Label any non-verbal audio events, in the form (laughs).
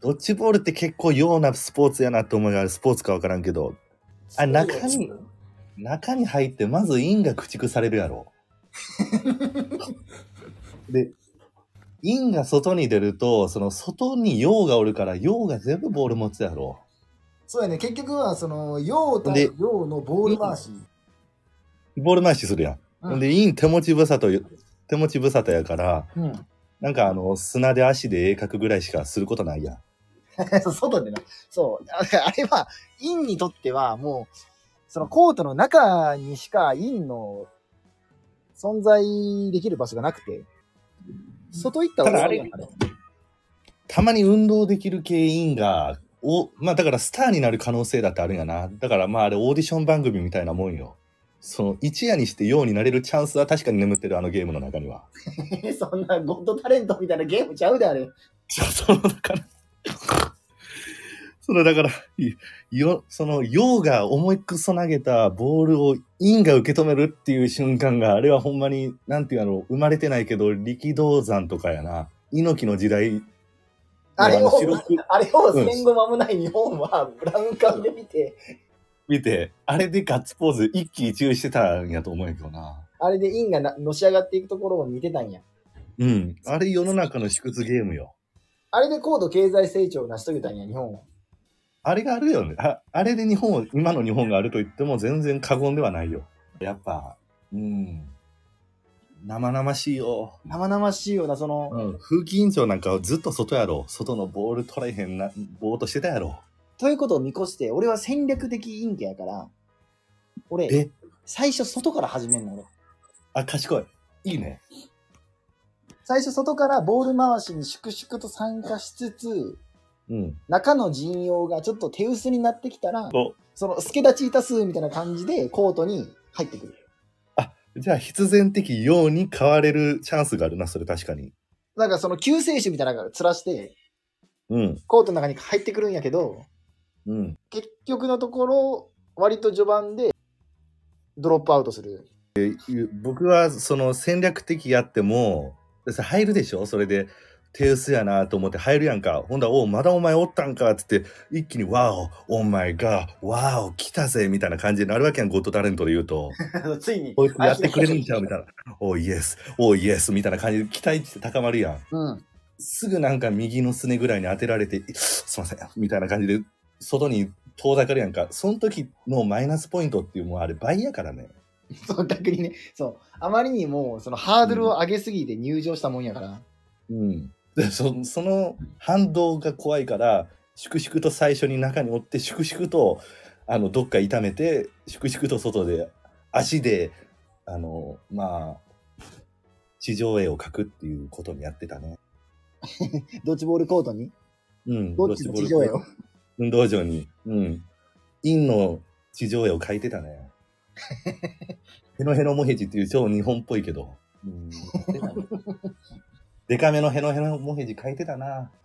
ドッジボールって結構ようなスポーツやなって思うがスポーツかわからんけど、あ中身中に入ってまず陰が駆逐されるやろ。で、陰が外に出ると、その外に陽がおるから、陽が全部ボール持つやろ。そうやね、結局はその、陽とで陽のボール回し。ボール回しするやん。うんん、で、陰手持ち無沙汰、手持ち無沙汰やから、うん。 (laughs) なんかあの、砂で足で絵描くぐらいしかすることないやん。外でな。そう。ああれは、陰にとってはもう、そのコートの中にしか陰の存在できる場所がなくて、外行ったらただあれやからたまに運動できる系陰が、お、まあだからスターになる可能性だってあるんやな。だからまああれオーディション番組みたいなもんよ。その一夜にしてようになれるチャンスは確かに眠ってるあのゲームの中には。ね。 (laughs) そんなゴッドタレントみたいなゲームちゃうであれ。じゃあ (laughs) そのだから、そのだから、いよ、その陽が思いくそ投げたボールを陰が受け止めるっていう瞬間があれはほんまに、なんていうの、生まれてないけど力道山とかやな。猪木の時代、あれのを、白くあれを戦後間もない日本はブラウン管で見て、見て、あれでガッツポーズ一喜一憂してたんやと思うんやけどな。あれで陰がなのし上がっていくところを見てたんや。うん。あれ世の中の縮図ゲームよ。あれで高度経済成長を成し遂げたんや、日本は。あれがあるよね。ああれで日本を、今の日本があると言っても全然過言ではないよ。やっぱ、うん。生々しいよ。生々しいような、その、うん。風紀委員長なんかはずっと外やろ。外のボール取れへんな、ぼーっとしてたやろ。ということを見越して、俺は戦略的陰キャやから、俺え、最初外から始めんの、俺。あ、賢い。いいね。最初外からボール回しに粛々と参加しつつ、うん。中の陣容がちょっと手薄になってきたら、おその、助立ちいたすみたいな感じでコートに入ってくる。じゃあ必然的ように変われるチャンスがあるな、それ確かに。だからその救世主みたいなのがつらして、うん。コートの中に入ってくるんやけど、うん。結局のところ、割と序盤で、ドロップアウトする。いう僕はその戦略的やってもでさ入るでしょそれで手薄やなと思って入るやんかほんだら「おうまだお前おったんか」っつって一気に「ワオオーマイガーワオ来たぜ」みたいな感じになるわけやんゴッドタレントで言うと (laughs) つい「にこいつやってくれるんちゃう?」みたいな「おうイエスおうイエス」みたいな感じで期待値って高まるやんうん。すぐなんか右のすねぐらいに当てられて「すいません」みたいな感じで外に遠ざかるやんかその時のマイナスポイントっていうもうあれ倍やからね (laughs) そう、逆にね、そう、あまりにも、そのハードルを上げすぎて入場したもんやから、うん、でそその反動が怖いから粛々と最初に中におって粛々とあのどっか痛めて粛々と外で足であのまあ地上絵を描くっていうことにやってたね。ドッジボールコートに、うん、どっちの地上絵を。運動場に、うん、陰の地上絵を描いてた (laughs) ね。ヘノヘノモヘジっていう超日本っ (laughs) ぽいけど。うん、やってたねデカめのヘノヘノモヘジ描いてたな。